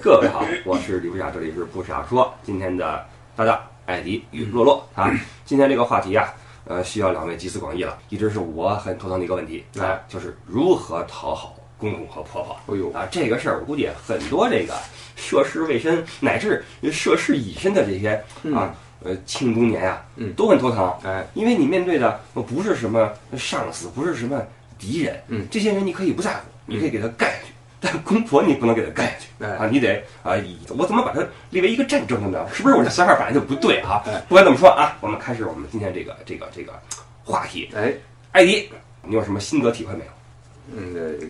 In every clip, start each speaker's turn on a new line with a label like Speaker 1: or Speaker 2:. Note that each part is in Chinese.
Speaker 1: 各位好，我是李不傻，这里是不傻说。今天的大大、艾迪与洛洛啊，今天这个话题啊，呃，需要两位集思广益了。一直是我很头疼的一个问题，啊，就是如何讨好公公和婆婆。
Speaker 2: 哎呦
Speaker 1: 啊，这个事儿我估计很多这个涉世未深乃至涉世已深的这些啊，呃，青中年啊，
Speaker 2: 嗯
Speaker 1: 都很头疼。
Speaker 2: 哎，
Speaker 1: 因为你面对的不是什么上司，不是什么敌人，
Speaker 2: 嗯
Speaker 1: 这些人你可以不在乎，你可以给他盖下去， 但公婆你不能给他盖下去、
Speaker 2: 哎
Speaker 1: 啊，你得啊，以我怎么把它列为一个战争的呢？是不是我这想法本来就不对啊？
Speaker 2: 哎
Speaker 1: 不管怎么说啊，我们开始我们今天这个这个这个话题，
Speaker 2: 哎，
Speaker 1: 艾迪，你有什么心得体会没有？
Speaker 2: 嗯，呃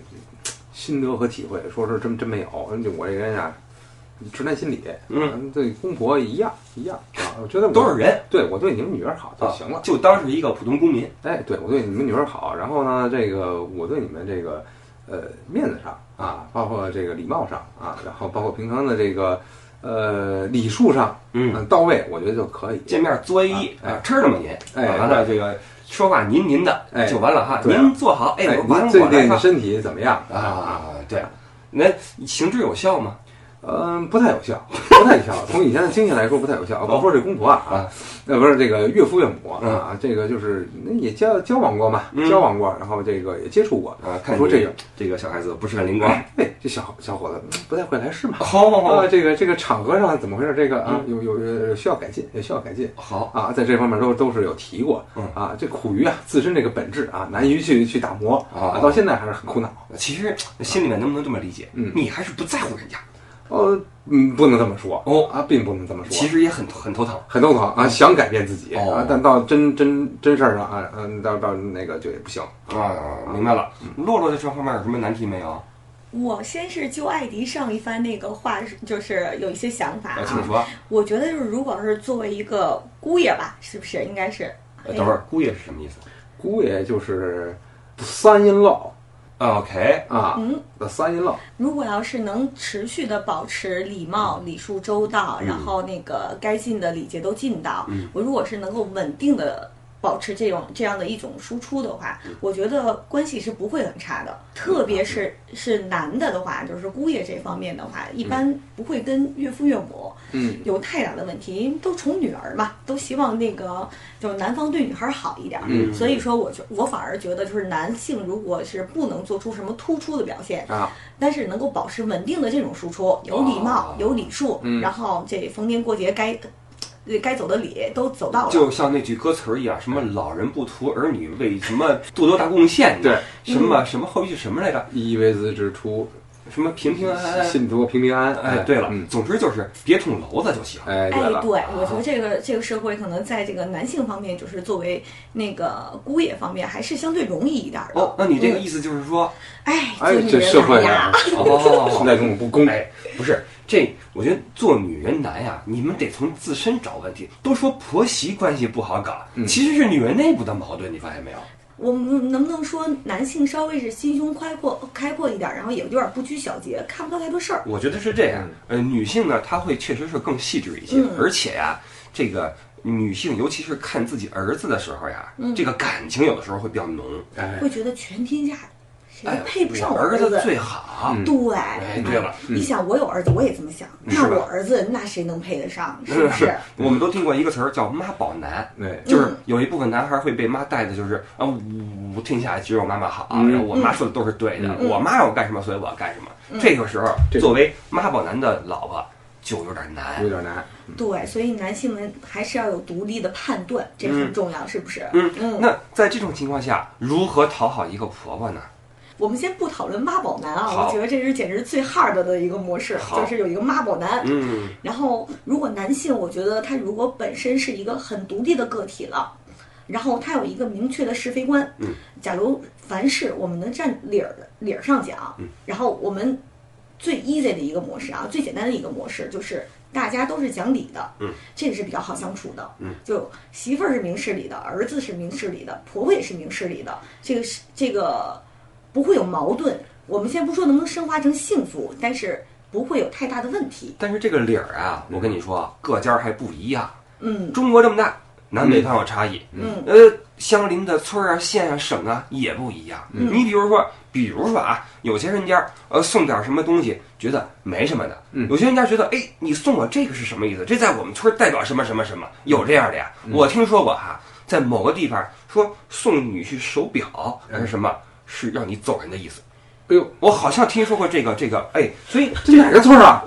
Speaker 2: 心得和体会，说是真真没有，就我这人啊，直男心理，
Speaker 1: 嗯，
Speaker 2: 对公婆一样一样啊，我觉得我
Speaker 1: 都是人
Speaker 2: 对我对你们女儿好就
Speaker 1: 啊，
Speaker 2: 哦行了，
Speaker 1: 就当是一个普通公民，
Speaker 2: 哎，对我对你们女儿好，然后呢，这个我对你们这个呃面子上啊，包括这个礼貌上啊，然后包括平常的这个呃礼数上，
Speaker 1: 嗯，
Speaker 2: 嗯，到位，我觉得就可以。
Speaker 1: 见面作揖
Speaker 2: 哎
Speaker 1: 啊，吃那么您，
Speaker 2: 哎
Speaker 1: 啊完了这个说话您您的
Speaker 2: 哎
Speaker 1: 就完了哈，
Speaker 2: 对啊
Speaker 1: 您坐好，哎，
Speaker 2: 哎，
Speaker 1: 我完
Speaker 2: 您
Speaker 1: 了
Speaker 2: 最
Speaker 1: 我来
Speaker 2: 近
Speaker 1: 哈
Speaker 2: 的。身体怎么样？
Speaker 1: 啊，对，那行之有效吗？
Speaker 2: 嗯，不太有效，不太有效。从以前的经验来说，不太有效。甭说这公婆啊
Speaker 1: 啊，
Speaker 2: 那不是这个岳父岳母啊，这个就是那也交交往过嘛
Speaker 1: 嗯，
Speaker 2: 交往过，然后这个也接触过。
Speaker 1: 啊，看
Speaker 2: 说
Speaker 1: 你
Speaker 2: 这个
Speaker 1: 这个小孩子不是很灵光。
Speaker 2: 哎，这小小伙子嗯不太会来事嘛。
Speaker 1: 好好
Speaker 2: 啊，
Speaker 1: 好
Speaker 2: 这个这个场合上怎么回事？这个
Speaker 1: 嗯
Speaker 2: 啊，有有有需要改进，也需要改进。
Speaker 1: 好，
Speaker 2: 啊，在这方面都都是有提过
Speaker 1: 嗯
Speaker 2: 啊，这苦于啊自身这个本质啊，难于去去打磨
Speaker 1: 啊
Speaker 2: 啊，到现在还是很苦恼。
Speaker 1: 其实心里面能不能这么理解？
Speaker 2: 嗯
Speaker 1: 你还是不在乎人家，
Speaker 2: 呃，嗯，不能这么说
Speaker 1: 哦
Speaker 2: 啊，并不能这么说。
Speaker 1: 其实也很很头疼。
Speaker 2: 很头疼啊，想改变自己、
Speaker 1: 嗯哦
Speaker 2: 啊，但到真真真事儿上啊，嗯，到到那个就也不行。
Speaker 1: 啊，明白了。啊洛洛在这方面有什么难题没有？
Speaker 3: 我先是就艾迪上一番那个话，就是有一些想法
Speaker 1: 啊，请
Speaker 3: 啊。
Speaker 1: 说。
Speaker 3: 我觉得就是，如果是作为一个姑爷吧，是不是应该是？
Speaker 1: 呃等会儿姑爷是什么意思
Speaker 2: 姑爷就是三阴落
Speaker 1: ？OK，
Speaker 2: 啊，
Speaker 3: 嗯，
Speaker 2: 那三阴落，
Speaker 3: 如果要是能持续的保持礼貌、
Speaker 1: 嗯
Speaker 3: 礼数周到，然后那个该尽的礼节都尽到，
Speaker 1: 嗯
Speaker 3: 我如果是能够稳定的保持这种这样的一种输出的话，
Speaker 1: 嗯
Speaker 3: 我觉得关系是不会很差的。特别是
Speaker 1: 嗯
Speaker 3: 是男的的话，就是姑爷这方面的话，一般不会跟岳父岳母
Speaker 2: 嗯，
Speaker 3: 有太大的问题，因为都宠女儿嘛，都希望那个就是男方对女孩好一点。
Speaker 1: 嗯
Speaker 3: 所以说我觉我反而觉得就是男性如果是不能做出什么突出的表现，
Speaker 2: 啊，
Speaker 3: 但是能够保持稳定的这种输出，有礼
Speaker 1: 哦
Speaker 3: 貌，有礼数，
Speaker 2: 嗯
Speaker 3: 然后这逢年过节该呃该走的礼都走到了。
Speaker 1: 就像那句歌词儿一样，什么老人不图儿女为什么多多大贡献？
Speaker 2: 对，
Speaker 1: 什么什么后一句什么来着？
Speaker 2: 一为子之出，
Speaker 1: 什么平平安安。
Speaker 2: 信徒平平安安。
Speaker 1: 哎，对了
Speaker 2: 嗯，，
Speaker 1: 总之就是别捅娄子就行。
Speaker 2: 哎，
Speaker 3: 哎，
Speaker 2: 对
Speaker 3: 对，
Speaker 2: 了，
Speaker 3: 我觉得这个这个社会可能在这个男性方面，就是作为那个姑爷方面，还是相对容易一点的。
Speaker 1: 哦，那你这个意思就是说，
Speaker 3: 哎，
Speaker 2: 哎，
Speaker 3: 女
Speaker 2: 这
Speaker 3: 人
Speaker 2: 社会
Speaker 3: 来
Speaker 2: 啊，，
Speaker 3: 呀
Speaker 1: 哦
Speaker 2: 存，在种种不公。
Speaker 1: 哎，不是这，我觉得做女人难呀，你们得从自身找问题。都说婆媳关系不好搞，其实是女人内部的矛盾，你发现没有？
Speaker 3: 我们能不能说男性稍微是心胸开阔开阔一点，然后也有点不拘小节，看不到太多事儿？
Speaker 1: 我觉得是这样，呃，女性呢，她会确实是更细致一些，
Speaker 3: 嗯
Speaker 1: 而且呀、这个女性尤其是看自己儿子的时候呀，这个感情有的时候会比较浓。
Speaker 2: 哎，
Speaker 3: 会觉得全天下谁
Speaker 1: 哎，
Speaker 3: 配不上
Speaker 1: 我
Speaker 3: 我
Speaker 1: 儿
Speaker 3: 子？
Speaker 1: 子最好。
Speaker 2: 嗯
Speaker 3: 对，
Speaker 1: 哎，对了。啊
Speaker 3: 你想，我有儿子，我也这么想。
Speaker 2: 是
Speaker 3: 那
Speaker 2: 吧
Speaker 3: 我儿子，那谁能配得上？是不是？
Speaker 1: 我们都听过一个词儿叫“妈宝男”，
Speaker 2: 对
Speaker 1: 就是有一部分男孩会被妈带的，就是啊，我我天下只有妈妈好，啊
Speaker 2: 嗯
Speaker 1: 然后我妈说的都是对的，
Speaker 2: 嗯
Speaker 1: 我妈让我干什么，所以我要干什么。这个时候，
Speaker 2: 这个
Speaker 1: 作为妈宝男的老婆就有点难
Speaker 2: 有。点难。
Speaker 1: 哎
Speaker 3: 对，所以男性们还是要有独立的判断，这很重要，是不是？
Speaker 1: 嗯
Speaker 3: 嗯
Speaker 1: 那在这种情况下，如何讨好一个婆婆呢？
Speaker 3: 我们先不讨论妈宝男啊，
Speaker 1: 好
Speaker 3: 我觉得这是简直最 hard 的一个模式，
Speaker 1: 好
Speaker 3: 就是有一个妈宝男。
Speaker 1: 嗯，
Speaker 3: 然后，如果男性，我觉得他如果本身是一个很独立的个体了，然后他有一个明确的是非观，
Speaker 1: 嗯，
Speaker 3: 假如凡事我们能站理儿理儿上讲，
Speaker 1: 嗯
Speaker 3: 然后我们最 easy 的一个模式啊，最简单的一个模式就是大家都是讲理的，
Speaker 1: 嗯，
Speaker 3: 这个是比较好相处的，
Speaker 1: 嗯，
Speaker 3: 就媳妇儿是明事理的，儿子是明事理的，婆婆也是明事理的，这个是这个不会有矛盾。我们先不说能不能升华成幸福，但是不会有太大的问题。
Speaker 1: 但是这个理儿啊，我跟你
Speaker 2: 嗯
Speaker 1: 说，各家儿还不一样。
Speaker 3: 嗯，
Speaker 1: 中国这么大，南北方有差异。
Speaker 3: 嗯
Speaker 1: 呃，相邻的村儿啊、县啊、省啊也不一样。你比如说，比如说啊，有些人家呃送点什么东西，觉得没什么的；
Speaker 2: 嗯
Speaker 1: 有些人家觉得，哎，你送我这个是什么意思？这在我们村儿代表什么什么什么？有这样的呀？我听说过哈、在某个地方说送女婿手表还是什么，是让你走人的意思。
Speaker 2: 哎呦，
Speaker 1: 我好像听说过这个这个，哎，所以
Speaker 2: 这哪个村儿啊？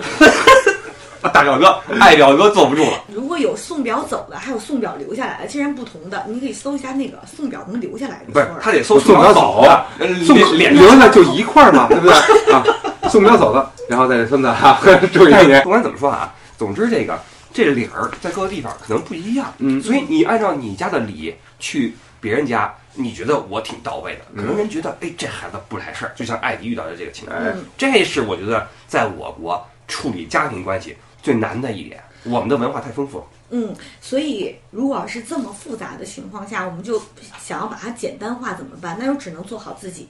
Speaker 1: 大表哥、爱表哥坐不住了。
Speaker 3: 如果有送表走的，还有送表留下来的，这然不同的，你可以搜一下那个送表能留下来的
Speaker 1: 不
Speaker 3: 村
Speaker 1: 是，他
Speaker 3: 儿。
Speaker 1: 得搜
Speaker 2: 送
Speaker 1: 表
Speaker 2: 表
Speaker 1: 走
Speaker 2: 走
Speaker 1: 的，呃
Speaker 2: 送
Speaker 1: 脸
Speaker 2: 留下来就一块儿嘛，对不对？啊，送不了走的，然后再送的 哈，注意
Speaker 1: 但
Speaker 2: 一
Speaker 1: 是
Speaker 2: 点。
Speaker 1: 不管怎么说啊，总之这个这理儿在各个地方可能不一样，
Speaker 2: 嗯
Speaker 1: 所以你按照你家的理去别人家，你觉得我挺到位的，可能人觉得哎这孩子不来事儿，就像艾迪遇到的这个情况，
Speaker 2: 哎，
Speaker 3: 嗯
Speaker 1: 这是我觉得在我国处理家庭关系最难的一点。我们的文化太丰富了，
Speaker 3: 嗯，所以如果要是这么复杂的情况下，我们就想要把它简单化怎么办？那就只能做好自己。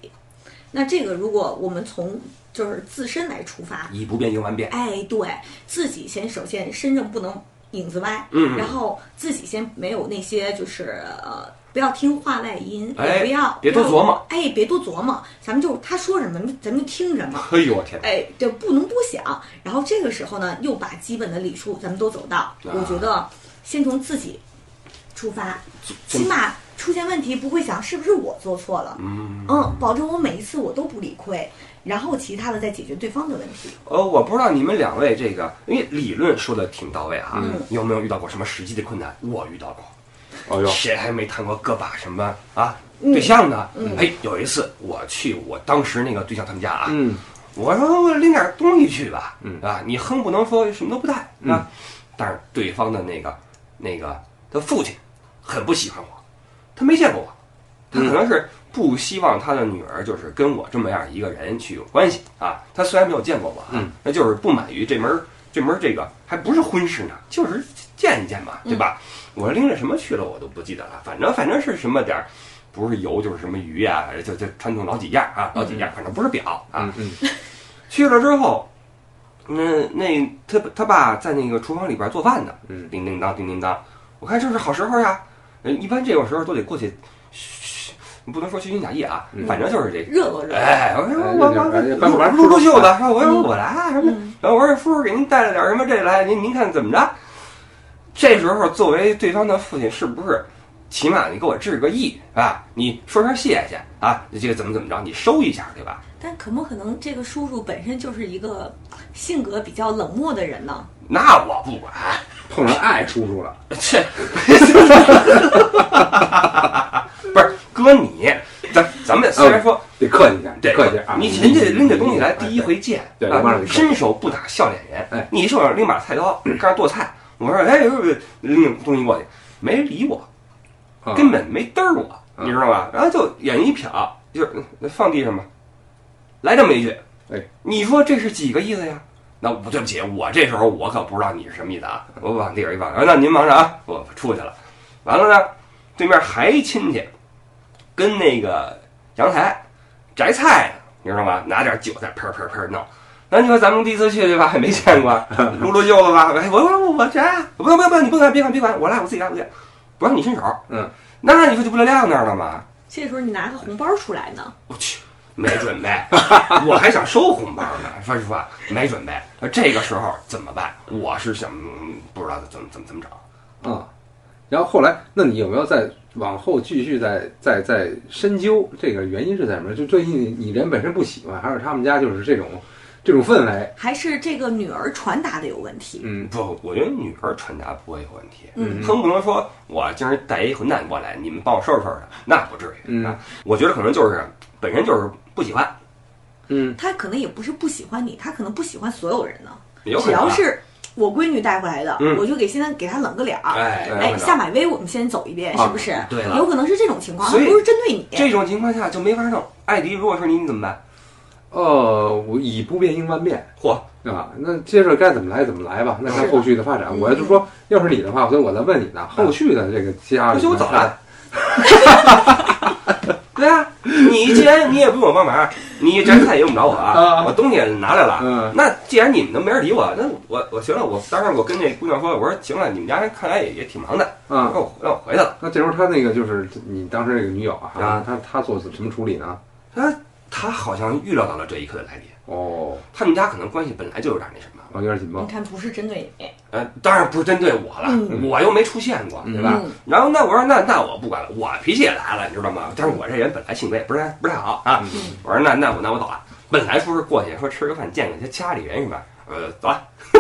Speaker 3: 那这个如果我们从就是自身来出发，
Speaker 1: 以不变应万变。
Speaker 3: 哎，对自己先首先身正不能影子歪，
Speaker 1: 嗯嗯
Speaker 3: 然后自己先没有那些就是呃。不要听话外音，
Speaker 1: 哎
Speaker 3: 也不要
Speaker 1: 别多琢磨，
Speaker 3: 不要哎，别多琢磨，咱们就他说什么，咱们就听什么，
Speaker 1: 哎呦我天哪！
Speaker 3: 哎，就不能多想。然后这个时候呢，又把基本的礼数咱们都走到，
Speaker 1: 啊
Speaker 3: 我觉得先从自己出发，起码出现问题不会想是不是我做错了，嗯保证我每一次我都不理亏，然后其他的再解决对方的问题。
Speaker 1: 呃，我不知道你们两位这个，因为理论说的挺到位哈、
Speaker 3: 嗯
Speaker 1: 你有没有遇到过什么实际的困难？我遇到过，
Speaker 2: 哦呦，
Speaker 1: 谁还没谈过个把什么啊
Speaker 3: 嗯
Speaker 1: 对象呢？哎，有一次我去我当时那个对象他们家啊，
Speaker 2: 嗯
Speaker 1: 我说我拎点东西去吧，
Speaker 2: 嗯
Speaker 1: 啊，你哼不能说什么都不带啊，但是对方的那个那个他父亲很不喜欢我，他没见过我，他
Speaker 2: 嗯
Speaker 1: 可能是不希望他的女儿就是跟我这么样一个人去有关系啊。他虽然没有见过我啊，
Speaker 2: 嗯
Speaker 1: 那就是不满于这门儿这门儿这个还不是婚事呢，就是见一见嘛，对吧？
Speaker 2: 嗯
Speaker 1: 我拎着什么去了我都不记得了，反正反正是什么点儿。不是油就是什么鱼呀、就就传统老几样啊，老几样，反正不是表啊。
Speaker 2: 嗯嗯，
Speaker 1: 去了之后，那那他他爸在那个厨房里边做饭呢，
Speaker 2: 嗯
Speaker 1: 叮叮当叮叮当，我看这是好时候呀。呃一般这种时候都得过去，嘘不能说虚情假意啊，反正就是这。
Speaker 3: 热络热络，
Speaker 1: 哎，我说我
Speaker 2: 哎这
Speaker 1: 我
Speaker 2: 这
Speaker 1: 我
Speaker 2: 哎
Speaker 1: 撸撸袖子，说我说我来啊什么的
Speaker 3: 嗯，
Speaker 1: 然后我说叔叔给您带了点什么这来，您您看怎么着？这时候作为对方的父亲，是不是起码你给我致个意啊？你说声谢谢啊，这个怎么怎么着，你收一下对吧？
Speaker 3: 但可不可能这个叔叔本身就是一个性格比较冷漠的人呢？
Speaker 1: 那我不管，
Speaker 2: 碰上爱叔叔了，
Speaker 1: 切， 不是哥你，咱咱们虽然说
Speaker 2: 得客气点，
Speaker 1: 对，
Speaker 2: 客气点啊！
Speaker 1: 你人家拎着东西来，第一回见
Speaker 2: 嗯哎对
Speaker 1: 啊
Speaker 2: 我马上，就
Speaker 1: 伸手不打笑脸人，
Speaker 2: 哎
Speaker 1: 你手上拎把菜刀，搁那剁菜，我说哎，不是拎着东西过去，没人理我，
Speaker 2: 啊
Speaker 1: 根本没嘚儿我，
Speaker 2: 啊
Speaker 1: 你知道吧？然后就眼一瞟，就是放地上吧，来这么一句，
Speaker 2: 哎，
Speaker 1: 你说这是几个意思呀？那我对不起，我这时候我可不知道你是什么意思啊！我往地上一放，啊那您忙着啊，我出去了。完了呢，对面还亲戚，跟那个阳台摘菜呢，你知道吗？拿点酒在喷喷喷弄。那你说咱们第一次去对吧？还没见 过，撸撸袖子吧。哎，我我我我摘，不用不用不用，你不用别管别管，我来我自己来我自己来，不让你伸手。
Speaker 2: 嗯，
Speaker 1: 那你说就不能晾那儿了吗？
Speaker 3: 这时候你拿个红包出来呢？
Speaker 1: 我去，没准备，我还想收红包呢。说实话，没准备。呃这个时候怎么办？我是想嗯不知道怎么怎么怎么整。
Speaker 2: 啊。然后后来，那你有没有再往后继续再再再深究这个原因是在什么？就最近你人本身不喜欢，还是他们家就是这种这种氛围？
Speaker 3: 还是这个女儿传达的有问题？
Speaker 2: 嗯
Speaker 1: 不，我觉得女儿传达不会有问题。
Speaker 3: 嗯
Speaker 1: 哼，不能说我今儿带一混蛋过来，你们帮我收拾收拾他，那不至于。
Speaker 2: 嗯
Speaker 1: 啊，我觉得可能就是本身就是不喜欢，
Speaker 2: 嗯
Speaker 3: 她可能也不是不喜欢你，她可能不喜欢所有人呢。
Speaker 1: 有可
Speaker 3: 只
Speaker 1: 能啊
Speaker 3: 要是我闺女带回来的，
Speaker 1: 嗯
Speaker 3: 我就给现在给她冷个脸儿。
Speaker 1: 哎
Speaker 2: 哎
Speaker 1: 有可
Speaker 3: 哎，
Speaker 1: 能
Speaker 3: 下马威我们先走一遍，
Speaker 2: 啊
Speaker 3: 是不是？
Speaker 1: 对了
Speaker 3: 有可能是这种情况，她
Speaker 1: 所以
Speaker 3: 不是针对你。
Speaker 1: 这种情况下就没法弄。艾迪，如果是你，你怎么办？
Speaker 2: 哦，我以不变应万变，
Speaker 1: 嚯，
Speaker 2: 对吧？那接着该怎么来怎么来吧，那看后续的发展。
Speaker 3: 嗯
Speaker 2: 我就说，要是你的话，所以我在问你呢，后续的这个家
Speaker 1: 嗯不
Speaker 2: 里
Speaker 1: 许
Speaker 2: 面
Speaker 1: 我走了。 对啊，你既然你也不用我帮忙，你摘菜也用不着我啊，
Speaker 2: 啊
Speaker 1: 我东西也拿来了。
Speaker 2: 嗯
Speaker 1: 那既然你们都没人理我，那我我行了，我当时我跟那姑娘说，我说行了，你们家人看来也也挺忙的，让
Speaker 2: 啊，
Speaker 1: 我让我回来了。
Speaker 2: 那这时候他那个就是你当时这个女友啊
Speaker 1: 啊，
Speaker 2: 他他做什么处理呢？
Speaker 1: 他他好像预料到了这一刻的来临。
Speaker 2: 哦，
Speaker 1: 他们家可能关系本来就有点那什么，
Speaker 2: 哦，有点紧绷
Speaker 3: 你，看嗯不是针对你，
Speaker 1: 呃，当然不是针对我了，
Speaker 2: 嗯
Speaker 1: 我又没出现过，对吧？
Speaker 3: 嗯
Speaker 1: 然后那我说那那我不管了，我脾气也来了，你知道吗？但是我这人本来性格也不是太不是太好啊，我说那那我那我走了。本来说是过去说吃个饭见个家里人是吧？呃，走了。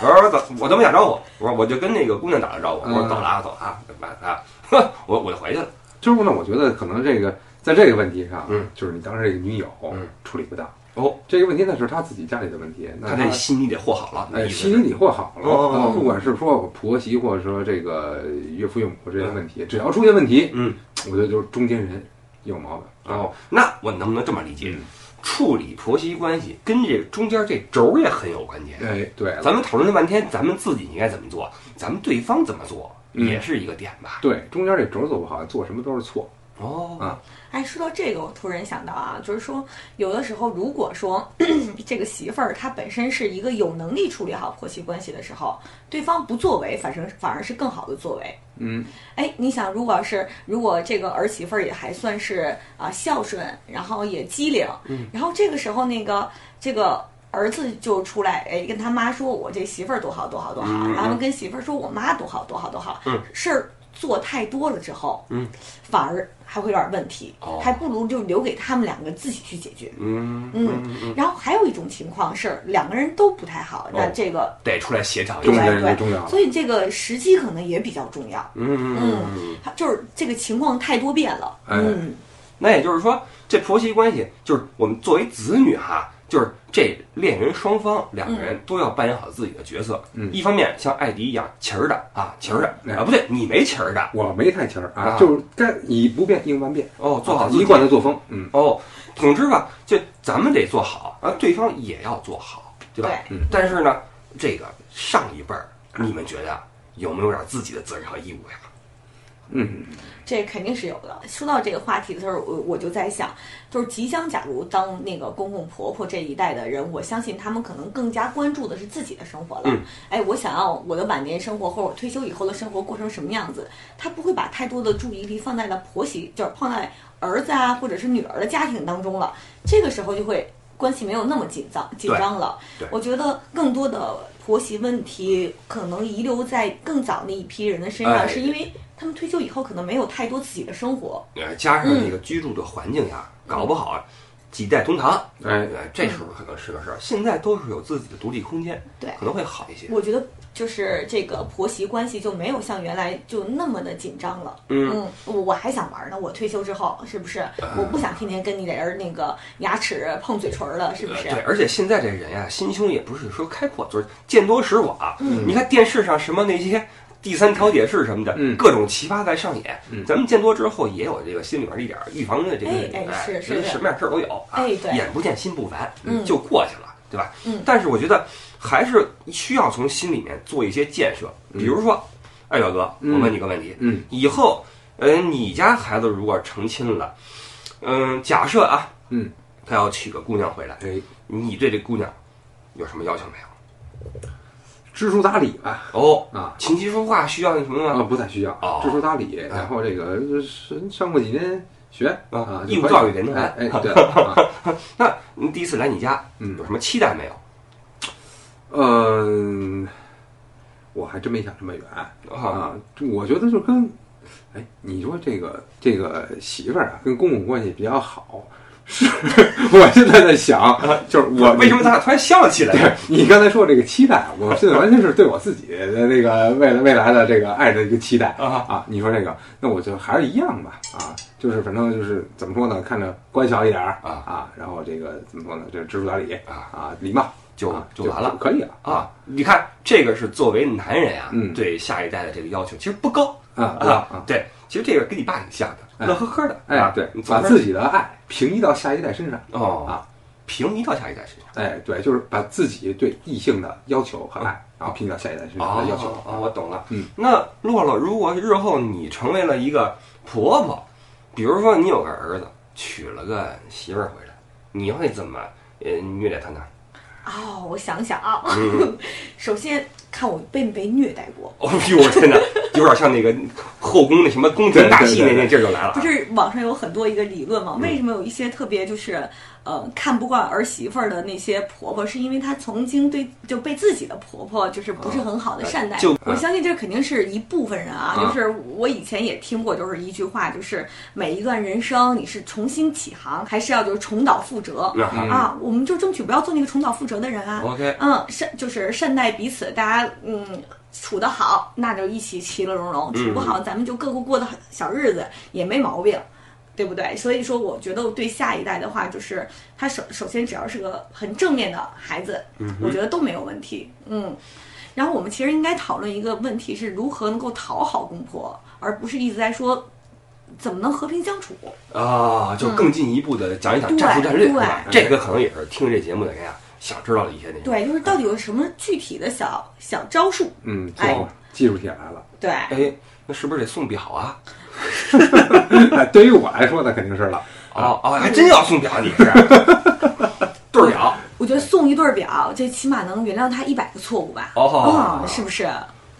Speaker 1: 我说我走，我都没打招呼，我说我就跟那个姑娘打了招呼，我说
Speaker 2: 嗯
Speaker 1: 走了啊，走了啊，对吧？啊， 呵我我就回去了。
Speaker 2: 啊就是呢，我觉得可能这个在这个问题上，
Speaker 1: 嗯，
Speaker 2: 就是你当时这个女友
Speaker 1: 嗯
Speaker 2: 处理不当。
Speaker 1: 哦，
Speaker 2: 这个问题那是她自己家里的问题，那
Speaker 1: 他这心里得和好了，那
Speaker 2: 嗯哎，
Speaker 1: 意思
Speaker 2: 心理
Speaker 1: 是
Speaker 2: 理或好了，啊
Speaker 1: 哦哦哦
Speaker 2: 不管是说我婆媳，或者说这个岳父岳母这些问题，只要出现问题，
Speaker 1: 嗯，
Speaker 2: 我觉得就是中间人有毛病。
Speaker 1: 哦，那我能不能这么理解
Speaker 2: 嗯？
Speaker 1: 处理婆媳关系跟这中间这轴也很有关键。
Speaker 2: 哎，对了，
Speaker 1: 咱们讨论了半天，咱们自己应该怎么做，咱们对方怎么做，
Speaker 2: 嗯
Speaker 1: 也是一个点吧。
Speaker 2: 对，中间这轴走不好，做什么都是错。
Speaker 1: 哦
Speaker 2: 啊
Speaker 3: 哎，说到这个，我突然想到啊，就是说，有的时候如果说 这个媳妇儿她本身是一个有能力处理好婆媳关系的时候，对方不作为，反正反而是更好的作为。
Speaker 2: 嗯，
Speaker 3: 哎，你想，如果要是如果这个儿媳妇儿也还算是啊、孝顺，然后也机灵，嗯，然后这个时候那个这个。儿子就出来，哎，跟他妈说：“我这媳妇儿多好多好多好。
Speaker 1: 嗯嗯
Speaker 3: 然后跟媳妇儿说：“我妈多好多好多好。
Speaker 1: 嗯
Speaker 3: 事儿做太多了之后，
Speaker 1: 嗯，
Speaker 3: 反而还会有点问题，
Speaker 1: 哦
Speaker 3: 还不如就留给他们两个自己去解决。
Speaker 1: 嗯
Speaker 3: 嗯
Speaker 1: 嗯嗯，
Speaker 3: 然后还有一种情况是两个人都不太好，那
Speaker 1: 哦
Speaker 3: 这个
Speaker 1: 得出来协调一
Speaker 2: 中
Speaker 1: 下。
Speaker 2: 间人
Speaker 3: 对
Speaker 2: 就重要了
Speaker 3: 所。以这个时机可能也比较重要。
Speaker 1: 嗯嗯嗯嗯，
Speaker 3: 它就是这个情况太多变了。
Speaker 2: 哎
Speaker 3: 嗯，
Speaker 1: 那也就是说，这婆媳关系就是我们作为子女哈，就是这恋人双方两个人都要扮演好自己的角色。
Speaker 2: 嗯
Speaker 1: 一方面像艾迪一样勤儿的啊，勤儿的
Speaker 2: 嗯
Speaker 1: 啊，不对，你没勤儿的
Speaker 2: 我没太情儿啊，
Speaker 1: 啊
Speaker 2: 就是该以不变应万变，
Speaker 1: 哦，做好自
Speaker 2: 一
Speaker 1: 己
Speaker 2: 贯的作风。嗯，
Speaker 1: 哦。总之吧，这咱们得做好，而对方也要做好，对吧？
Speaker 3: 对。
Speaker 1: 但是呢，这个上一辈儿，你们觉得有没有点自己的责任和义务呀？
Speaker 2: 嗯，
Speaker 3: 这肯定是有的。说到这个话题的时候，我我就在想，就是即将假如当那个公公婆婆这一代的人，我相信他们可能更加关注的是自己的生活了。
Speaker 1: 嗯
Speaker 3: 哎，我想要我的晚年生活或者我退休以后的生活过成什么样子，他不会把太多的注意力放在了婆媳，就是放在儿子啊或者是女儿的家庭当中了。这个时候就会关系没有那么紧张紧张了
Speaker 1: 对。
Speaker 3: 我觉得更多的婆媳问题可能遗留在更早那一批人的身上，
Speaker 1: 哎
Speaker 3: 是因为他们退休以后可能没有太多自己的生活。
Speaker 1: 呃，加
Speaker 2: 嗯
Speaker 1: 上那个居住的环境呀，搞不好啊几代同堂，
Speaker 2: 哎，
Speaker 1: 呃，这时候可能是个事儿。现在都是有自己的独立空间，
Speaker 3: 对
Speaker 1: 可能会好一些。
Speaker 3: 我觉得就是这个婆媳关系就没有像原来就那么的紧张了。
Speaker 1: 嗯，
Speaker 3: 嗯，我我还想玩呢，我退休之后是不是？我不想天天跟你在这儿那个牙齿碰嘴唇了，是不
Speaker 1: 呃
Speaker 3: 是？啊
Speaker 1: 对，而且现在这人呀，心胸也不是说开阔，就是见多识广。
Speaker 3: 嗯
Speaker 1: 你看电视上什么那些第三调解室什么的，
Speaker 2: 嗯
Speaker 1: 各种奇葩在上演。
Speaker 2: 嗯
Speaker 1: 咱们见多之后，也有这个心里面一点儿预防的这个，
Speaker 3: 哎哎是是
Speaker 1: 人
Speaker 3: 是
Speaker 1: 什么样事儿都有啊。
Speaker 3: 哎对
Speaker 1: 眼不见心不烦，
Speaker 3: 嗯
Speaker 1: 就过去了，对吧？
Speaker 3: 嗯
Speaker 1: 但是我觉得还是需要从心里面做一些建设，比如说，哎，表哥，我
Speaker 2: 嗯
Speaker 1: 问你个问题，
Speaker 2: 嗯
Speaker 1: 以后，呃，你家孩子如果成亲了，嗯、假设啊，
Speaker 2: 嗯，
Speaker 1: 他要娶个姑娘回来，
Speaker 2: 哎，
Speaker 1: 你对这姑娘有什么要求没有？
Speaker 2: 知书达理吧，
Speaker 1: 哦，
Speaker 2: 啊
Speaker 1: 琴棋书画需要那什么
Speaker 2: 啊，
Speaker 1: 吗？
Speaker 2: 不太需要
Speaker 1: 哦，
Speaker 2: 知书达理，然后这个是上过几年学啊，
Speaker 1: 义务教育人才
Speaker 2: 才，哎， 对，啊
Speaker 1: 那你第一次来你家，
Speaker 2: 嗯
Speaker 1: 有什么期待没有？
Speaker 2: 嗯，我还真没想这么远
Speaker 1: 啊，
Speaker 2: 啊。这我觉得就跟，哎，你说这个这个媳妇儿啊，跟公公关系比较好，是 我现在在想，就是我
Speaker 1: 啊为什么咱俩突然笑了起来？
Speaker 2: 你刚才说这个期待，我现在完全是对我自己的那个未来未来的这个爱的一个期待
Speaker 1: 啊
Speaker 2: 啊！你说这个，那我就还是一样吧啊，就是反正就是怎么说呢，看着乖巧一点儿
Speaker 1: 啊
Speaker 2: 然后这个怎么说呢，这知书达理
Speaker 1: 啊
Speaker 2: 礼貌
Speaker 1: 就
Speaker 2: 啊
Speaker 1: 就完了
Speaker 2: 可以了
Speaker 1: 啊，你看这个是作为男人呀、
Speaker 2: 嗯
Speaker 1: 对下一代的这个要求其实不高
Speaker 2: 啊啊！
Speaker 1: 对，其实这个跟你爸挺像的，
Speaker 2: 哎
Speaker 1: 乐呵呵的。
Speaker 2: 哎
Speaker 1: 啊，
Speaker 2: 对
Speaker 1: 你，总
Speaker 2: 把
Speaker 1: 是
Speaker 2: 自己的爱平移到下一代身上。
Speaker 1: 哦
Speaker 2: 啊，
Speaker 1: 平移到下一代身上。
Speaker 2: 哎，对，就是把自己对异性的要求和爱，然后平移到下一代身上的要求。
Speaker 1: 啊，我懂了。
Speaker 2: 嗯，
Speaker 1: 那洛洛，如果日后你成为了一个婆婆，比如说你有个儿子娶了个媳妇儿回来，你会怎么呃虐待他呢？
Speaker 3: 哦，我想想啊，
Speaker 1: 嗯
Speaker 3: 首先看我被没被虐待过。
Speaker 1: 哦呦，我天哪，有点像那个后宫那什么宫廷大戏那那劲儿就来了嗯
Speaker 3: 不。是网上有很多一个理论嘛？为什么有一些特别就是呃看不惯儿媳妇儿的那些婆婆，是因为她曾经对就被自己的婆婆就是不是很好的善待。
Speaker 1: 呃就
Speaker 3: 我相信这肯定是一部分人啊，
Speaker 1: 嗯
Speaker 3: 就是我以前也听过，就是一句话，就是每一段人生你是重新起航，还是要就是重蹈覆辙、
Speaker 1: 嗯哦
Speaker 3: 啊？我们就争取不要做那个重蹈覆辙的人啊。
Speaker 1: OK，
Speaker 3: 嗯，善就是善待彼此，大家嗯处得好，那就一起其乐融融；处不好，咱们就各过过的小日子也没毛病，对不对？所以说，我觉得我对下一代的话，就是他首首先只要是个很正面的孩子，我觉得都没有问题。嗯，然后我们其实应该讨论一个问题是如何能够讨好公婆，而不是一直在说怎么能和平相处。
Speaker 1: 啊，就更进一步的讲一讲
Speaker 3: 对
Speaker 1: 战术战略，
Speaker 3: 对
Speaker 1: 吧？这个可能也是听这节目的人呀，想知道的一些内容。
Speaker 3: 对，就是到底有什么具体的小小招数？
Speaker 2: 嗯，
Speaker 3: 哎
Speaker 2: 就记住起来了。
Speaker 3: 对，
Speaker 1: 哎，那是不是得送表啊？
Speaker 2: 哎对于我来说，那肯定是了。
Speaker 1: 哦哦，还真要送表，你是对儿表
Speaker 3: 我觉得送一对儿表，这起码能原谅他一百个错误吧？
Speaker 1: 哦
Speaker 3: 嗯，是不是？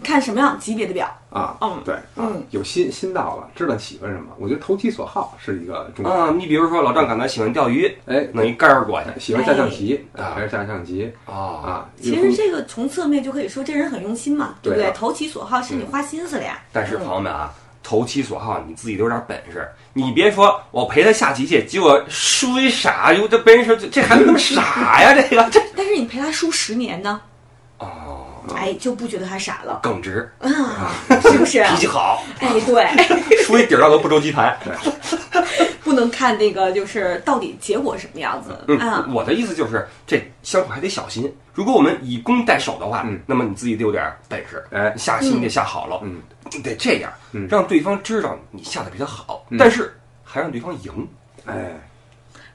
Speaker 3: 看什么样级别的表？
Speaker 2: 啊，
Speaker 3: 嗯
Speaker 2: 对，啊
Speaker 3: 嗯，
Speaker 2: 有心心到了，知道喜欢什么，我觉得投其所好是一个重
Speaker 1: 啊
Speaker 2: 要。！
Speaker 1: 你比如说老丈感到喜欢钓鱼，
Speaker 2: 哎，
Speaker 1: 弄一杆儿过去
Speaker 2: 喜欢下象棋，
Speaker 1: 哎
Speaker 2: 啊还是下象棋
Speaker 1: 啊，
Speaker 2: 啊？
Speaker 3: 其实这个从侧面就可以说这人很用心嘛，对不
Speaker 2: 对
Speaker 3: 对
Speaker 2: 啊？
Speaker 3: 投其所好是你花心思了呀。嗯
Speaker 1: 但是朋友们啊，投其所好，你自己留点本事。你别说我陪他下棋去，结果输一傻，哟，这被人说这这孩子怎么傻呀？这个这
Speaker 3: 但是你陪他输十年呢，
Speaker 1: 哦，
Speaker 3: 哎，就不觉得他傻了，嗯
Speaker 1: 耿直，
Speaker 3: 是不是？
Speaker 1: 脾气好，
Speaker 3: 哎，对，
Speaker 1: 输一底儿上都不周棋盘。
Speaker 3: 不能看那个就是到底结果什么样子
Speaker 1: 嗯
Speaker 3: 啊。
Speaker 1: 我的意思就是，这相处还得小心。如果我们以攻代守的话，
Speaker 2: 嗯
Speaker 1: 那么你自己得有点本事，
Speaker 2: 哎
Speaker 1: 下棋你得下好了，
Speaker 2: 嗯
Speaker 1: 你得这样，
Speaker 2: 嗯
Speaker 1: 让对方知道你下的比他好，
Speaker 2: 嗯
Speaker 1: 但是还让对方赢。
Speaker 2: 哎，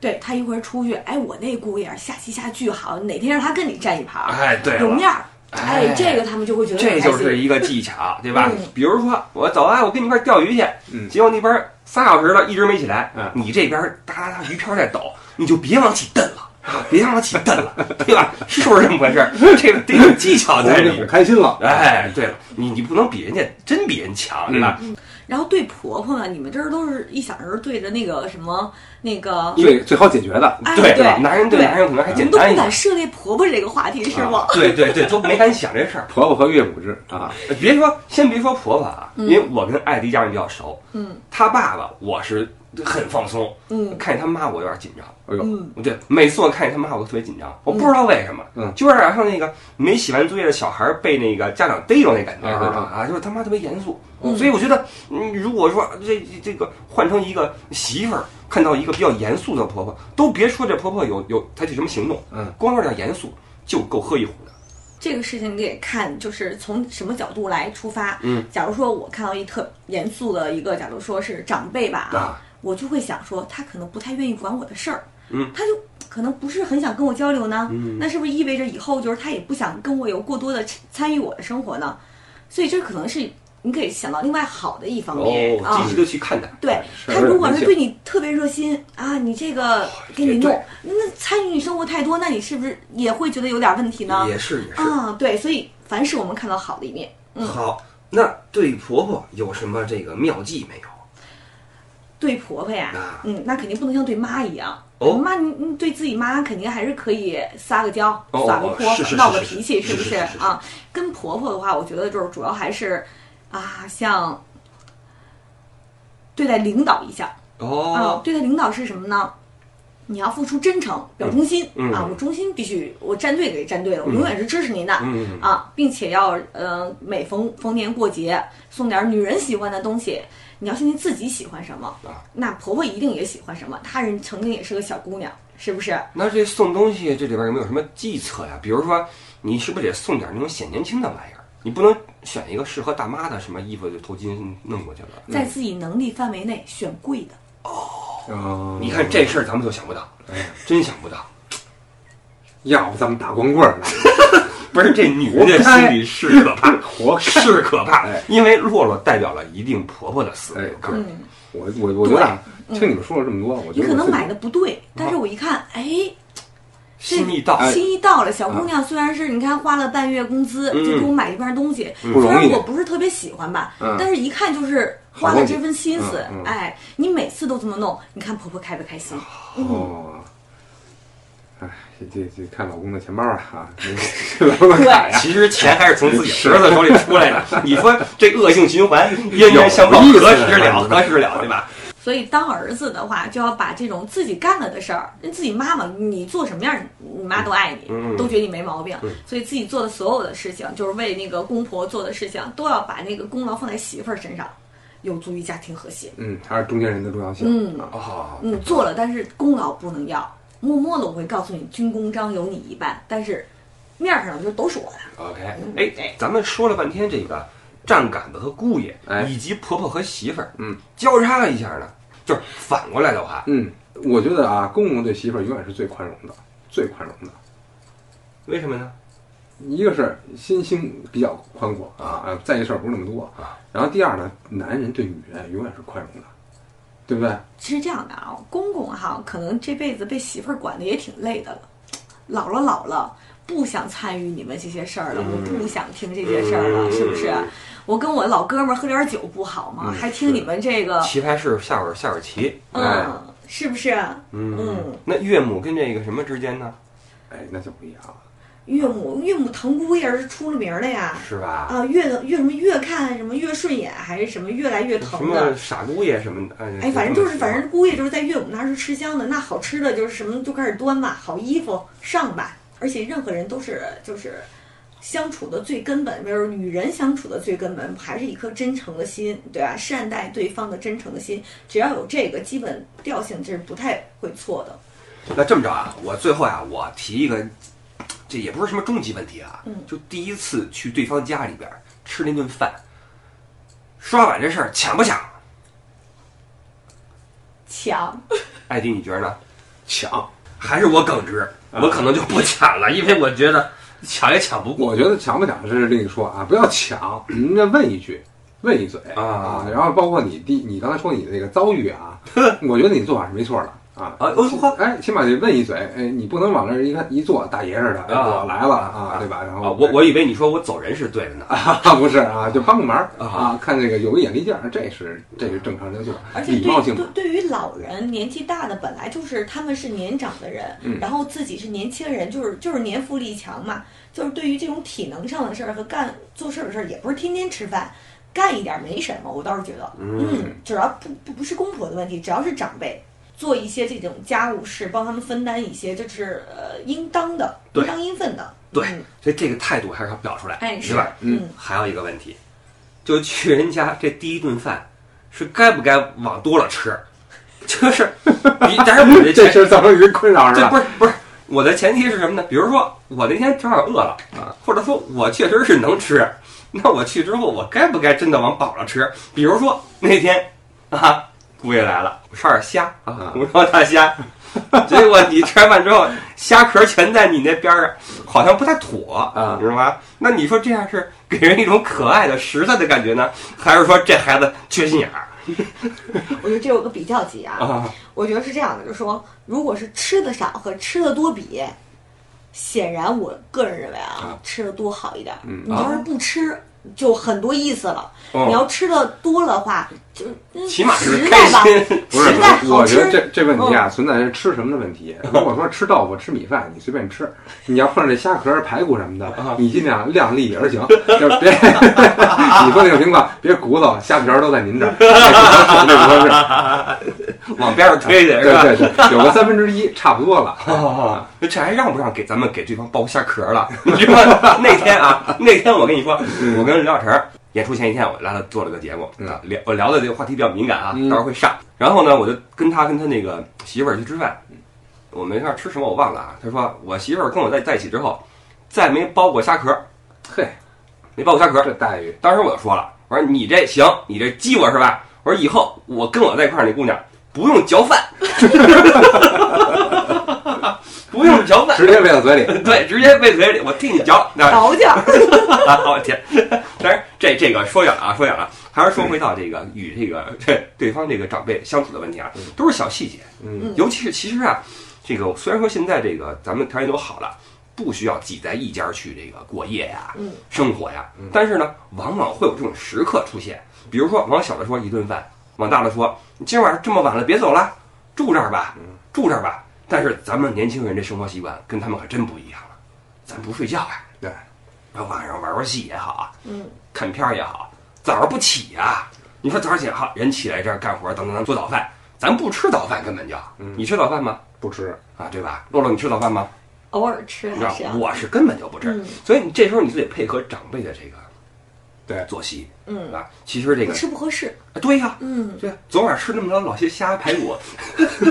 Speaker 3: 对他一会儿出去，哎，我那姑爷下棋下巨好，哪天让他跟你站一盘儿，
Speaker 1: 哎，对
Speaker 3: 有
Speaker 1: 了。
Speaker 3: 面儿。
Speaker 1: 哎
Speaker 3: 哎，这个他们就会觉得
Speaker 1: 这
Speaker 3: 很开
Speaker 1: 就是
Speaker 3: 心。
Speaker 1: 一个技巧，对吧？
Speaker 3: 嗯
Speaker 1: 比如说，我走啊，我跟你一块儿钓鱼去，
Speaker 2: 嗯
Speaker 1: 结果那边儿仨小时了，一直没起来，
Speaker 2: 嗯
Speaker 1: 你这边儿哒哒哒鱼漂在抖，你就别往起蹬了，啊，别往起蹬了，对吧？是不是这么回事儿？ 这个得有技巧
Speaker 2: 我
Speaker 1: 在
Speaker 2: 就
Speaker 1: 里
Speaker 2: 很
Speaker 1: 边。
Speaker 2: 开心了。
Speaker 1: 哎，对了，你你不能比人家真比人
Speaker 2: 嗯
Speaker 1: 强，对吧？
Speaker 3: 然后对婆婆们，你们这儿都是一小人儿对着那个什么那个，
Speaker 1: 嗯
Speaker 2: 最最好解决的，
Speaker 3: 哎
Speaker 1: 对
Speaker 3: 对
Speaker 1: 吧，男人对
Speaker 3: 对
Speaker 1: 男人啊可能还
Speaker 3: 你
Speaker 1: 简
Speaker 3: 们都
Speaker 1: 单
Speaker 3: 不
Speaker 1: 一点
Speaker 3: 敢，涉猎婆婆这个话题是吗？
Speaker 1: 对对对，都没敢想这事儿。
Speaker 2: 婆婆和岳母制啊，
Speaker 1: 别说，先别说婆婆啊，因为我跟艾迪家人比较熟，
Speaker 3: 嗯
Speaker 1: 他爸爸我是很放松，
Speaker 3: 嗯
Speaker 1: 看见他妈我有点紧张。
Speaker 2: 哎呦，
Speaker 3: 嗯，
Speaker 1: 对，每次我看见他妈，我都特别紧张，我不知道为什么，
Speaker 2: 嗯
Speaker 1: 就是好像那个没写完作业的小孩被那个家长逮着那感觉
Speaker 2: 嗯
Speaker 1: 似的啊，就是他妈特别严肃。所以我觉得，嗯，如果说这这个换成一个媳妇儿，看到一个比较严肃的婆婆，都别说这婆婆有有采取什么行动，
Speaker 2: 嗯，
Speaker 1: 光说点严肃就够喝一壶的。
Speaker 3: 这个事情你得看，就是从什么角度来出发。
Speaker 1: 嗯，
Speaker 3: 假如说我看到一特严肃的一个，假如说是长辈吧，
Speaker 1: 啊
Speaker 3: 我就会想说，他可能不太愿意管我的事儿，
Speaker 1: 嗯，
Speaker 3: 他就可能不是很想跟我交流呢，
Speaker 1: 嗯
Speaker 3: 那是不是意味着以后就是他也不想跟我有过多的参与我的生活呢？所以这可能是你可以想到另外好的一方面、啊，
Speaker 1: 哦，积极的去看待，
Speaker 3: 对
Speaker 2: 是
Speaker 3: 他，如果
Speaker 2: 人
Speaker 3: 是
Speaker 2: 性
Speaker 3: 对你特别热心啊，你这个给
Speaker 1: 也
Speaker 3: 你
Speaker 1: 哦对
Speaker 3: 弄，那参与你生活太多，那你是不是也会觉得有点问题呢？
Speaker 1: 也是也是。
Speaker 3: 啊，对，所以凡是我们看到好的一面，
Speaker 1: 好，那对婆婆有什么这个妙计没有？
Speaker 3: 对婆婆呀
Speaker 1: 啊，
Speaker 3: 嗯，那肯定不能像对妈一样。
Speaker 1: 哦
Speaker 3: 妈，你你对自己妈肯定还是可以撒个娇、
Speaker 1: 哦
Speaker 3: 耍个
Speaker 1: 哦
Speaker 3: 泼
Speaker 1: 是是、
Speaker 3: 闹个
Speaker 1: 是是
Speaker 3: 脾气，
Speaker 1: 是
Speaker 3: 不
Speaker 1: 是
Speaker 3: 是
Speaker 1: 是是
Speaker 3: 啊？跟婆婆的话，我觉得就是主要还是啊，像对待领导一下啊
Speaker 1: 哦，，
Speaker 3: 对待领导是什么呢？你要付出真诚，表忠心
Speaker 1: 嗯嗯
Speaker 3: 啊！我忠心必须，我站队给站队了，我永远是支持您的
Speaker 1: 嗯
Speaker 3: 啊！并且要呃，每逢逢年过节送点女人喜欢的东西，你要相信自己喜欢什么
Speaker 1: 啊，
Speaker 3: 那婆婆一定也喜欢什么。她人曾经也是个小姑娘，是不是？
Speaker 1: 那这送东西这里边有没有什么计策呀？比如说，你是不是得送点那种显年轻的玩意儿？你不能选一个适合大妈的什么衣服就头巾弄过去了。
Speaker 3: 在自己能力范围内选贵的，
Speaker 2: 嗯
Speaker 1: 哦你看这事儿咱们就想不到，真想不到。
Speaker 2: 要不咱们打光棍儿呢？
Speaker 1: 不是这女人的心里是可怕，
Speaker 2: 活该
Speaker 1: 是可怕
Speaker 2: 哎，
Speaker 1: 因为洛洛代表了一定婆婆的思维
Speaker 2: 哎。
Speaker 1: 我告诉你，
Speaker 2: 我我我觉得啊，听你们说了这么多，我觉
Speaker 3: 嗯你
Speaker 2: 得
Speaker 3: 可
Speaker 2: 我
Speaker 3: 能
Speaker 2: 自己
Speaker 3: 买的不对，但是我一看，哎，
Speaker 1: 心意到，
Speaker 3: 心意到了，小姑娘虽然是你看花了半月工资
Speaker 1: 嗯
Speaker 3: 就给我买一盘东西，
Speaker 2: 嗯不
Speaker 3: 虽
Speaker 2: 容易
Speaker 3: 然我不是特别喜欢吧
Speaker 2: 嗯，
Speaker 3: 但是一看就是花
Speaker 2: 好
Speaker 3: 了
Speaker 2: 东西
Speaker 3: 这份心思
Speaker 2: 嗯嗯。
Speaker 3: 哎，你每次都这么弄，你看婆婆开不开心？
Speaker 2: 哦，
Speaker 3: 嗯
Speaker 2: 哎，这这这看老公的钱包啊，啊，老公的卡呀，
Speaker 1: 其实钱还是从自己儿子手里出来的。你说这恶性循环，冤冤相报
Speaker 2: 有意思
Speaker 1: 何时了？何时了，对吧？
Speaker 3: 所以当儿子的话，就要把这种自己干了的事儿，那自己妈妈你做什么样，你妈都爱你，
Speaker 1: 嗯
Speaker 3: 都觉得你没毛病
Speaker 1: 嗯。
Speaker 3: 所以自己做的所有的事情，就是为那个公婆做的事情，都要把那个功劳放在媳妇儿身上，有助于家庭和谐。
Speaker 2: 嗯，还是中间人的重要性，
Speaker 3: 嗯
Speaker 2: 啊，
Speaker 1: 哦，
Speaker 3: 嗯，做了，但是功劳不能要。默默的我会告诉你，军功章有你一半，但是面儿上就都是我的。
Speaker 1: OK，哎，
Speaker 3: 嗯
Speaker 1: 咱们说了半天这个站杆子和姑爷，
Speaker 2: 哎
Speaker 1: 以及婆婆和媳妇儿，
Speaker 2: 嗯，
Speaker 1: 交叉了一下呢，就是反过来的话，
Speaker 2: 嗯，我觉得啊，公公对媳妇儿永远是最宽容的，最宽容的。
Speaker 1: 为什么呢？
Speaker 2: 一个是心胸比较宽广
Speaker 1: 啊
Speaker 2: 啊，在意事儿不是那么多
Speaker 1: 啊。
Speaker 2: 然后第二呢，男人对女人永远是宽容的，对不对？
Speaker 3: 其实这样的啊，公公哈，可能这辈子被媳妇儿管的也挺累的了，老了老了，不想参与你们这些事儿了，
Speaker 1: 嗯
Speaker 3: 我不想听这些事儿了，是不是？我跟我老哥们儿喝点酒不好
Speaker 1: 嗯
Speaker 3: 吗？还听你们这个，
Speaker 1: 棋牌室下边下边棋，
Speaker 2: 哎
Speaker 3: 嗯，是不是？嗯，
Speaker 1: 那岳母跟这个什么之间呢？
Speaker 2: 哎，那就不一样了。
Speaker 3: 岳母岳母堂姑也是出了名儿的呀。
Speaker 1: 是吧？
Speaker 3: 啊，越越什么越看什么越顺眼，还是什么越来越
Speaker 1: 什
Speaker 3: 疼
Speaker 1: 么
Speaker 3: 的。
Speaker 1: 傻姑爷什么的，
Speaker 3: 嗯哎，
Speaker 1: 哎
Speaker 3: 反正就是，反正姑爷就是在岳母那儿是吃香的，那好吃的就是什么就开始端吧，好衣服上吧，而且任何人都是就是相处的最根本，就是与人相处的最根本还是一颗真诚的心，对吧、善待对方的真诚的心，只要有这个基本调性，这是不太会错的。
Speaker 1: 那这么着啊，我最后啊，我提一个，这也不是什么终极问题啊，
Speaker 3: 嗯
Speaker 1: 就第一次去对方家里边儿吃那顿饭，刷碗这事儿抢不抢？
Speaker 3: 强，
Speaker 1: 艾迪，你觉得呢？
Speaker 2: 抢，
Speaker 1: 还是我耿直，
Speaker 2: 啊
Speaker 1: 我可能就不抢了，因为我觉得抢也抢不过。
Speaker 2: 我觉得抢不抢是另说啊，不要抢，人家问一句，问一嘴
Speaker 1: 啊
Speaker 2: 然后包括你第，你刚才说你的那个遭遇啊，我觉得你做法是没错的啊。
Speaker 1: 啊，我我
Speaker 2: 哎，起码得问一嘴，哎，你不能往那儿一看一坐，大爷似的，哎
Speaker 1: 啊
Speaker 2: 我来了
Speaker 1: 啊
Speaker 2: 啊，对吧？然
Speaker 1: 啊，
Speaker 2: 后
Speaker 1: 我我以为你说我走人是对的呢。
Speaker 2: 啊，不是啊，就帮个忙
Speaker 1: 啊
Speaker 2: 啊，看这个有个眼力劲儿，这是这是正常人做法，
Speaker 3: 而且
Speaker 2: 礼貌
Speaker 3: 对
Speaker 2: 性
Speaker 3: 对
Speaker 2: 嘛。
Speaker 3: 对于老人年纪大的，本来就是他们是年长的人，
Speaker 2: 嗯
Speaker 3: 然后自己是年轻人，就是就是年富力强嘛，就是对于这种体能上的事儿和干做事儿的事儿，也不是天天吃饭，干一点儿没什么，我倒是觉得，嗯，只要不不不是公婆的问题，只要是长辈。做一些这种家务事，帮他们分担一些，这是呃应当的、
Speaker 1: 对
Speaker 3: 应当应分的。
Speaker 1: 对
Speaker 3: 嗯，
Speaker 1: 所以这个态度还是要表出来，
Speaker 3: 哎
Speaker 1: 是吧？
Speaker 2: 嗯
Speaker 3: 嗯，
Speaker 1: 还有一个问题，就去人家这第一顿饭是该不该往多了吃？就是，比但是我这
Speaker 2: 这
Speaker 1: 前
Speaker 2: 事儿造成人困扰是
Speaker 1: 这
Speaker 2: 吧？
Speaker 1: 不是不是我的前提是什么呢？比如说我那天正好饿了啊，或者说我确实是能吃，那我去之后我该不该真的往饱了吃？比如说那天啊，姑爷来了，我烧点虾啊
Speaker 2: 啊，
Speaker 1: 红烧大虾，结果你吃完饭之后虾壳全在你那边儿啊，好像不太妥
Speaker 2: 啊
Speaker 1: 你知道吧？那你说这样是给人一种可爱的实在的感觉呢，还是说这孩子缺心眼儿
Speaker 3: 嗯我觉得这有个比较级啊
Speaker 1: 啊？
Speaker 3: 我觉得是这样的，就是说，如果是吃的少和吃的多比，显然我个人认为啊，
Speaker 2: 啊
Speaker 3: 吃的多好一点。
Speaker 2: 嗯
Speaker 3: 你要是不吃，就很多意思了。
Speaker 1: 啊哦
Speaker 3: 你要吃的多的话，就
Speaker 1: 起码是
Speaker 3: 实
Speaker 1: 开
Speaker 3: 在吧，
Speaker 1: 心，
Speaker 2: 不是
Speaker 3: 实在，好
Speaker 2: 我觉
Speaker 3: 吃嗯
Speaker 2: 得。这这问题啊，存在是吃什么的问题。如果说吃豆腐、吃米饭，你随便吃；你要碰上这虾壳、排骨什么
Speaker 1: 啊
Speaker 2: 的，你尽量量力而行，就是别 你说那种情况，别骨头、虾皮儿都在您这儿，这不合适，
Speaker 1: 往边上推去
Speaker 2: 这
Speaker 1: 是吧？
Speaker 2: 不合适。对对对，有个三分之一差不多了。
Speaker 1: 哦，这还让不让给咱们给对方剥虾壳了？你知道吗那天啊，那天我跟你说，我跟廖晨儿演出前一天，我拉他做了个节目，啊聊我聊的这个话题比较敏感啊，
Speaker 2: 嗯
Speaker 1: 到时候会上。然后呢，我就跟他跟他那个媳妇儿去吃饭，我们那儿吃什么我忘了啊。他说我媳妇儿跟我在在一起之后，再没剥过虾壳，
Speaker 2: 嘿，
Speaker 1: 没剥过虾壳。
Speaker 2: 这待遇，
Speaker 1: 当时我就说了，我说你这行，你这激我是吧？我说以后我跟我在一块儿那姑娘不用嚼饭， 不用嚼饭。
Speaker 2: 直接喂到嘴里。
Speaker 1: 对，直接喂嘴里，我替你嚼。那
Speaker 3: 倒点儿，
Speaker 1: 啊，我天！但是这这个说远了啊，说远了，还是说回到这个与这个这对方这个长辈相处的问题啊，都是小细节，
Speaker 2: 嗯
Speaker 1: 尤其是其实啊，这个虽然说现在这个咱们条件都好了，不需要挤在一家去这个过夜呀、
Speaker 3: 嗯
Speaker 1: 生活呀，但是呢，往往会有这种时刻出现。比如说，往小了说一顿饭，往大了说，你今儿晚上这么晚了，别走了，住这儿吧，住这儿吧。但是咱们年轻人这生活习惯跟他们可真不一样了，咱不睡觉呀、
Speaker 2: 对，
Speaker 1: 啊，晚上玩玩戏也好啊，
Speaker 3: 嗯，
Speaker 1: 看片儿也好，早上不起呀、你说早上起来哈，人起来这儿干活，等等等做早饭，咱不吃早饭根本就，你吃早饭吗？
Speaker 2: 不吃，
Speaker 1: 啊，对吧？洛洛，你吃早饭吗？
Speaker 3: 偶尔吃
Speaker 1: 你知
Speaker 3: 还
Speaker 1: 道
Speaker 3: 哎是要，啊
Speaker 1: 我是根本就不吃，
Speaker 3: 嗯
Speaker 1: 所以你这时候你就得配合长辈的这个
Speaker 2: 对
Speaker 1: 作息，
Speaker 3: 嗯
Speaker 1: 啊，其实这
Speaker 3: 不
Speaker 1: 个
Speaker 3: 吃不合适。
Speaker 1: 啊对呀、
Speaker 3: 嗯，
Speaker 1: 对，昨晚吃那么多老些虾排骨，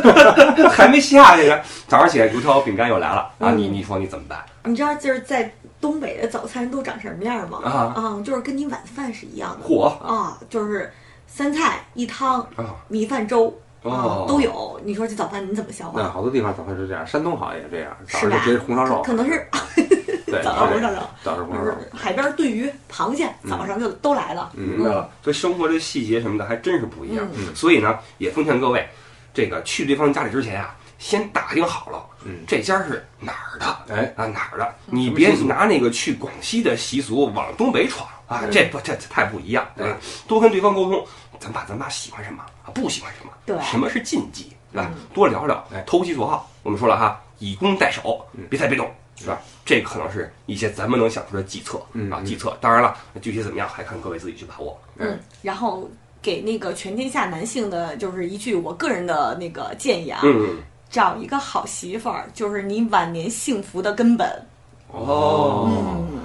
Speaker 1: 还没下去呢，早上起来油条饼干又来了啊，
Speaker 3: 嗯
Speaker 1: 你你说你怎么办？
Speaker 3: 你知道就是在东北的早餐都长什么样吗？
Speaker 1: 啊
Speaker 3: 嗯，就是跟你晚饭是一样的。
Speaker 1: 嚯
Speaker 3: 啊，就是三菜一汤，
Speaker 1: 啊，
Speaker 3: 米饭粥
Speaker 1: 哦
Speaker 3: 啊都有。你说这早饭你怎么消
Speaker 2: 那
Speaker 3: 化？
Speaker 2: 好多地方早饭是这样，山东好像也这样，早上
Speaker 3: 是吧
Speaker 2: 就直接红烧肉，
Speaker 3: 可能是
Speaker 2: 对，
Speaker 3: 早上
Speaker 2: 是
Speaker 3: 红
Speaker 2: 这
Speaker 3: 烧
Speaker 2: 样
Speaker 3: 肉，
Speaker 2: 早上
Speaker 3: 不
Speaker 2: 红烧肉，
Speaker 1: 啊
Speaker 3: 是海边炖鱼、螃蟹，
Speaker 1: 嗯
Speaker 3: 早上就都来了。
Speaker 1: 明白
Speaker 3: 嗯
Speaker 1: 了，所以生活的细节什么的还真是不一样。
Speaker 2: 嗯
Speaker 1: 所以呢，也奉劝各位，这个去对方家里之前啊，先打听好了，
Speaker 2: 嗯
Speaker 1: 这家是哪儿的。
Speaker 2: 哎，
Speaker 1: 啊哪儿的？你别拿那个去广西的习俗往东北闯啊！
Speaker 2: 嗯
Speaker 1: 这不这这太不一样，对吧？多跟对方沟通，咱爸咱妈喜欢什么啊？不喜欢什么？
Speaker 3: 对
Speaker 1: 什么是禁忌，对吧？多聊聊
Speaker 2: 哎，嗯
Speaker 1: 投其所好。我们说了哈，以攻代守，别太被动，是吧？这可能是一些咱们能想出的计策
Speaker 2: 嗯
Speaker 1: 啊，
Speaker 2: 嗯
Speaker 1: 计策。当然了，具体怎么样还看各位自己去把握。
Speaker 3: 嗯，然后给那个全天下男性的就是一句我个人的那个建议啊，
Speaker 1: 嗯，
Speaker 3: 找一个好媳妇儿就是你晚年幸福的根本。
Speaker 1: 哦，
Speaker 3: 嗯，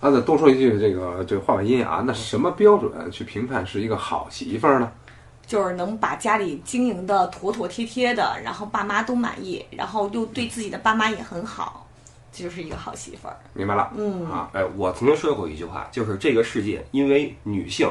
Speaker 2: 啊，再多说一句，这个这个话外音啊，那什么标准去评判是一个好媳妇儿呢？
Speaker 3: 就是能把家里经营的妥妥帖帖的，然后爸妈都满意，然后又对自己的爸妈也很好，这就是一个好媳妇儿。
Speaker 2: 明白了
Speaker 3: 嗯
Speaker 2: 啊，
Speaker 1: 哎，我曾经说过一句话，就是这个世界因为女性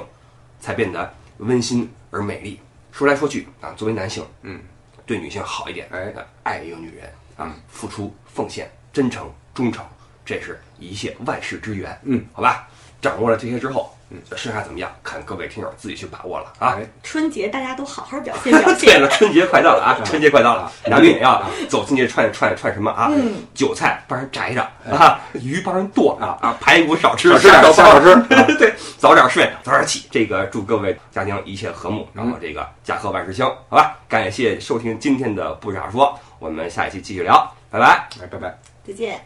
Speaker 1: 才变得温馨而美丽。说来说去啊，作为男性，
Speaker 2: 嗯，
Speaker 1: 对女性好一点，
Speaker 2: 哎
Speaker 1: 啊，爱一个女人啊，付出、奉献、真诚、忠诚，这是一切万事之源。
Speaker 2: 嗯，
Speaker 1: 好吧，掌握了这些之后，嗯，剩下怎么样，看各位听友自己去把握了啊。
Speaker 2: 哎，
Speaker 3: 春节大家都好好表 现表
Speaker 1: 对
Speaker 3: 现。
Speaker 1: 了，春节快到了啊！
Speaker 2: 嗯
Speaker 1: 春节快到了，咱们也要走进去串串串什么啊？
Speaker 3: 嗯
Speaker 1: 韭菜帮人摘着啊，鱼帮人剁啊啊，排骨少吃，
Speaker 2: 哎少吃点
Speaker 1: 虾
Speaker 2: 少吃啊
Speaker 1: 包 对，早点睡，早点起。这个祝各位家庭一切和睦，然
Speaker 2: 嗯
Speaker 1: 后这个家和万事兴，好吧？感谢收听今天的不傻说，我们下一期继续聊，拜拜。
Speaker 2: 哎，拜拜。
Speaker 3: 再见。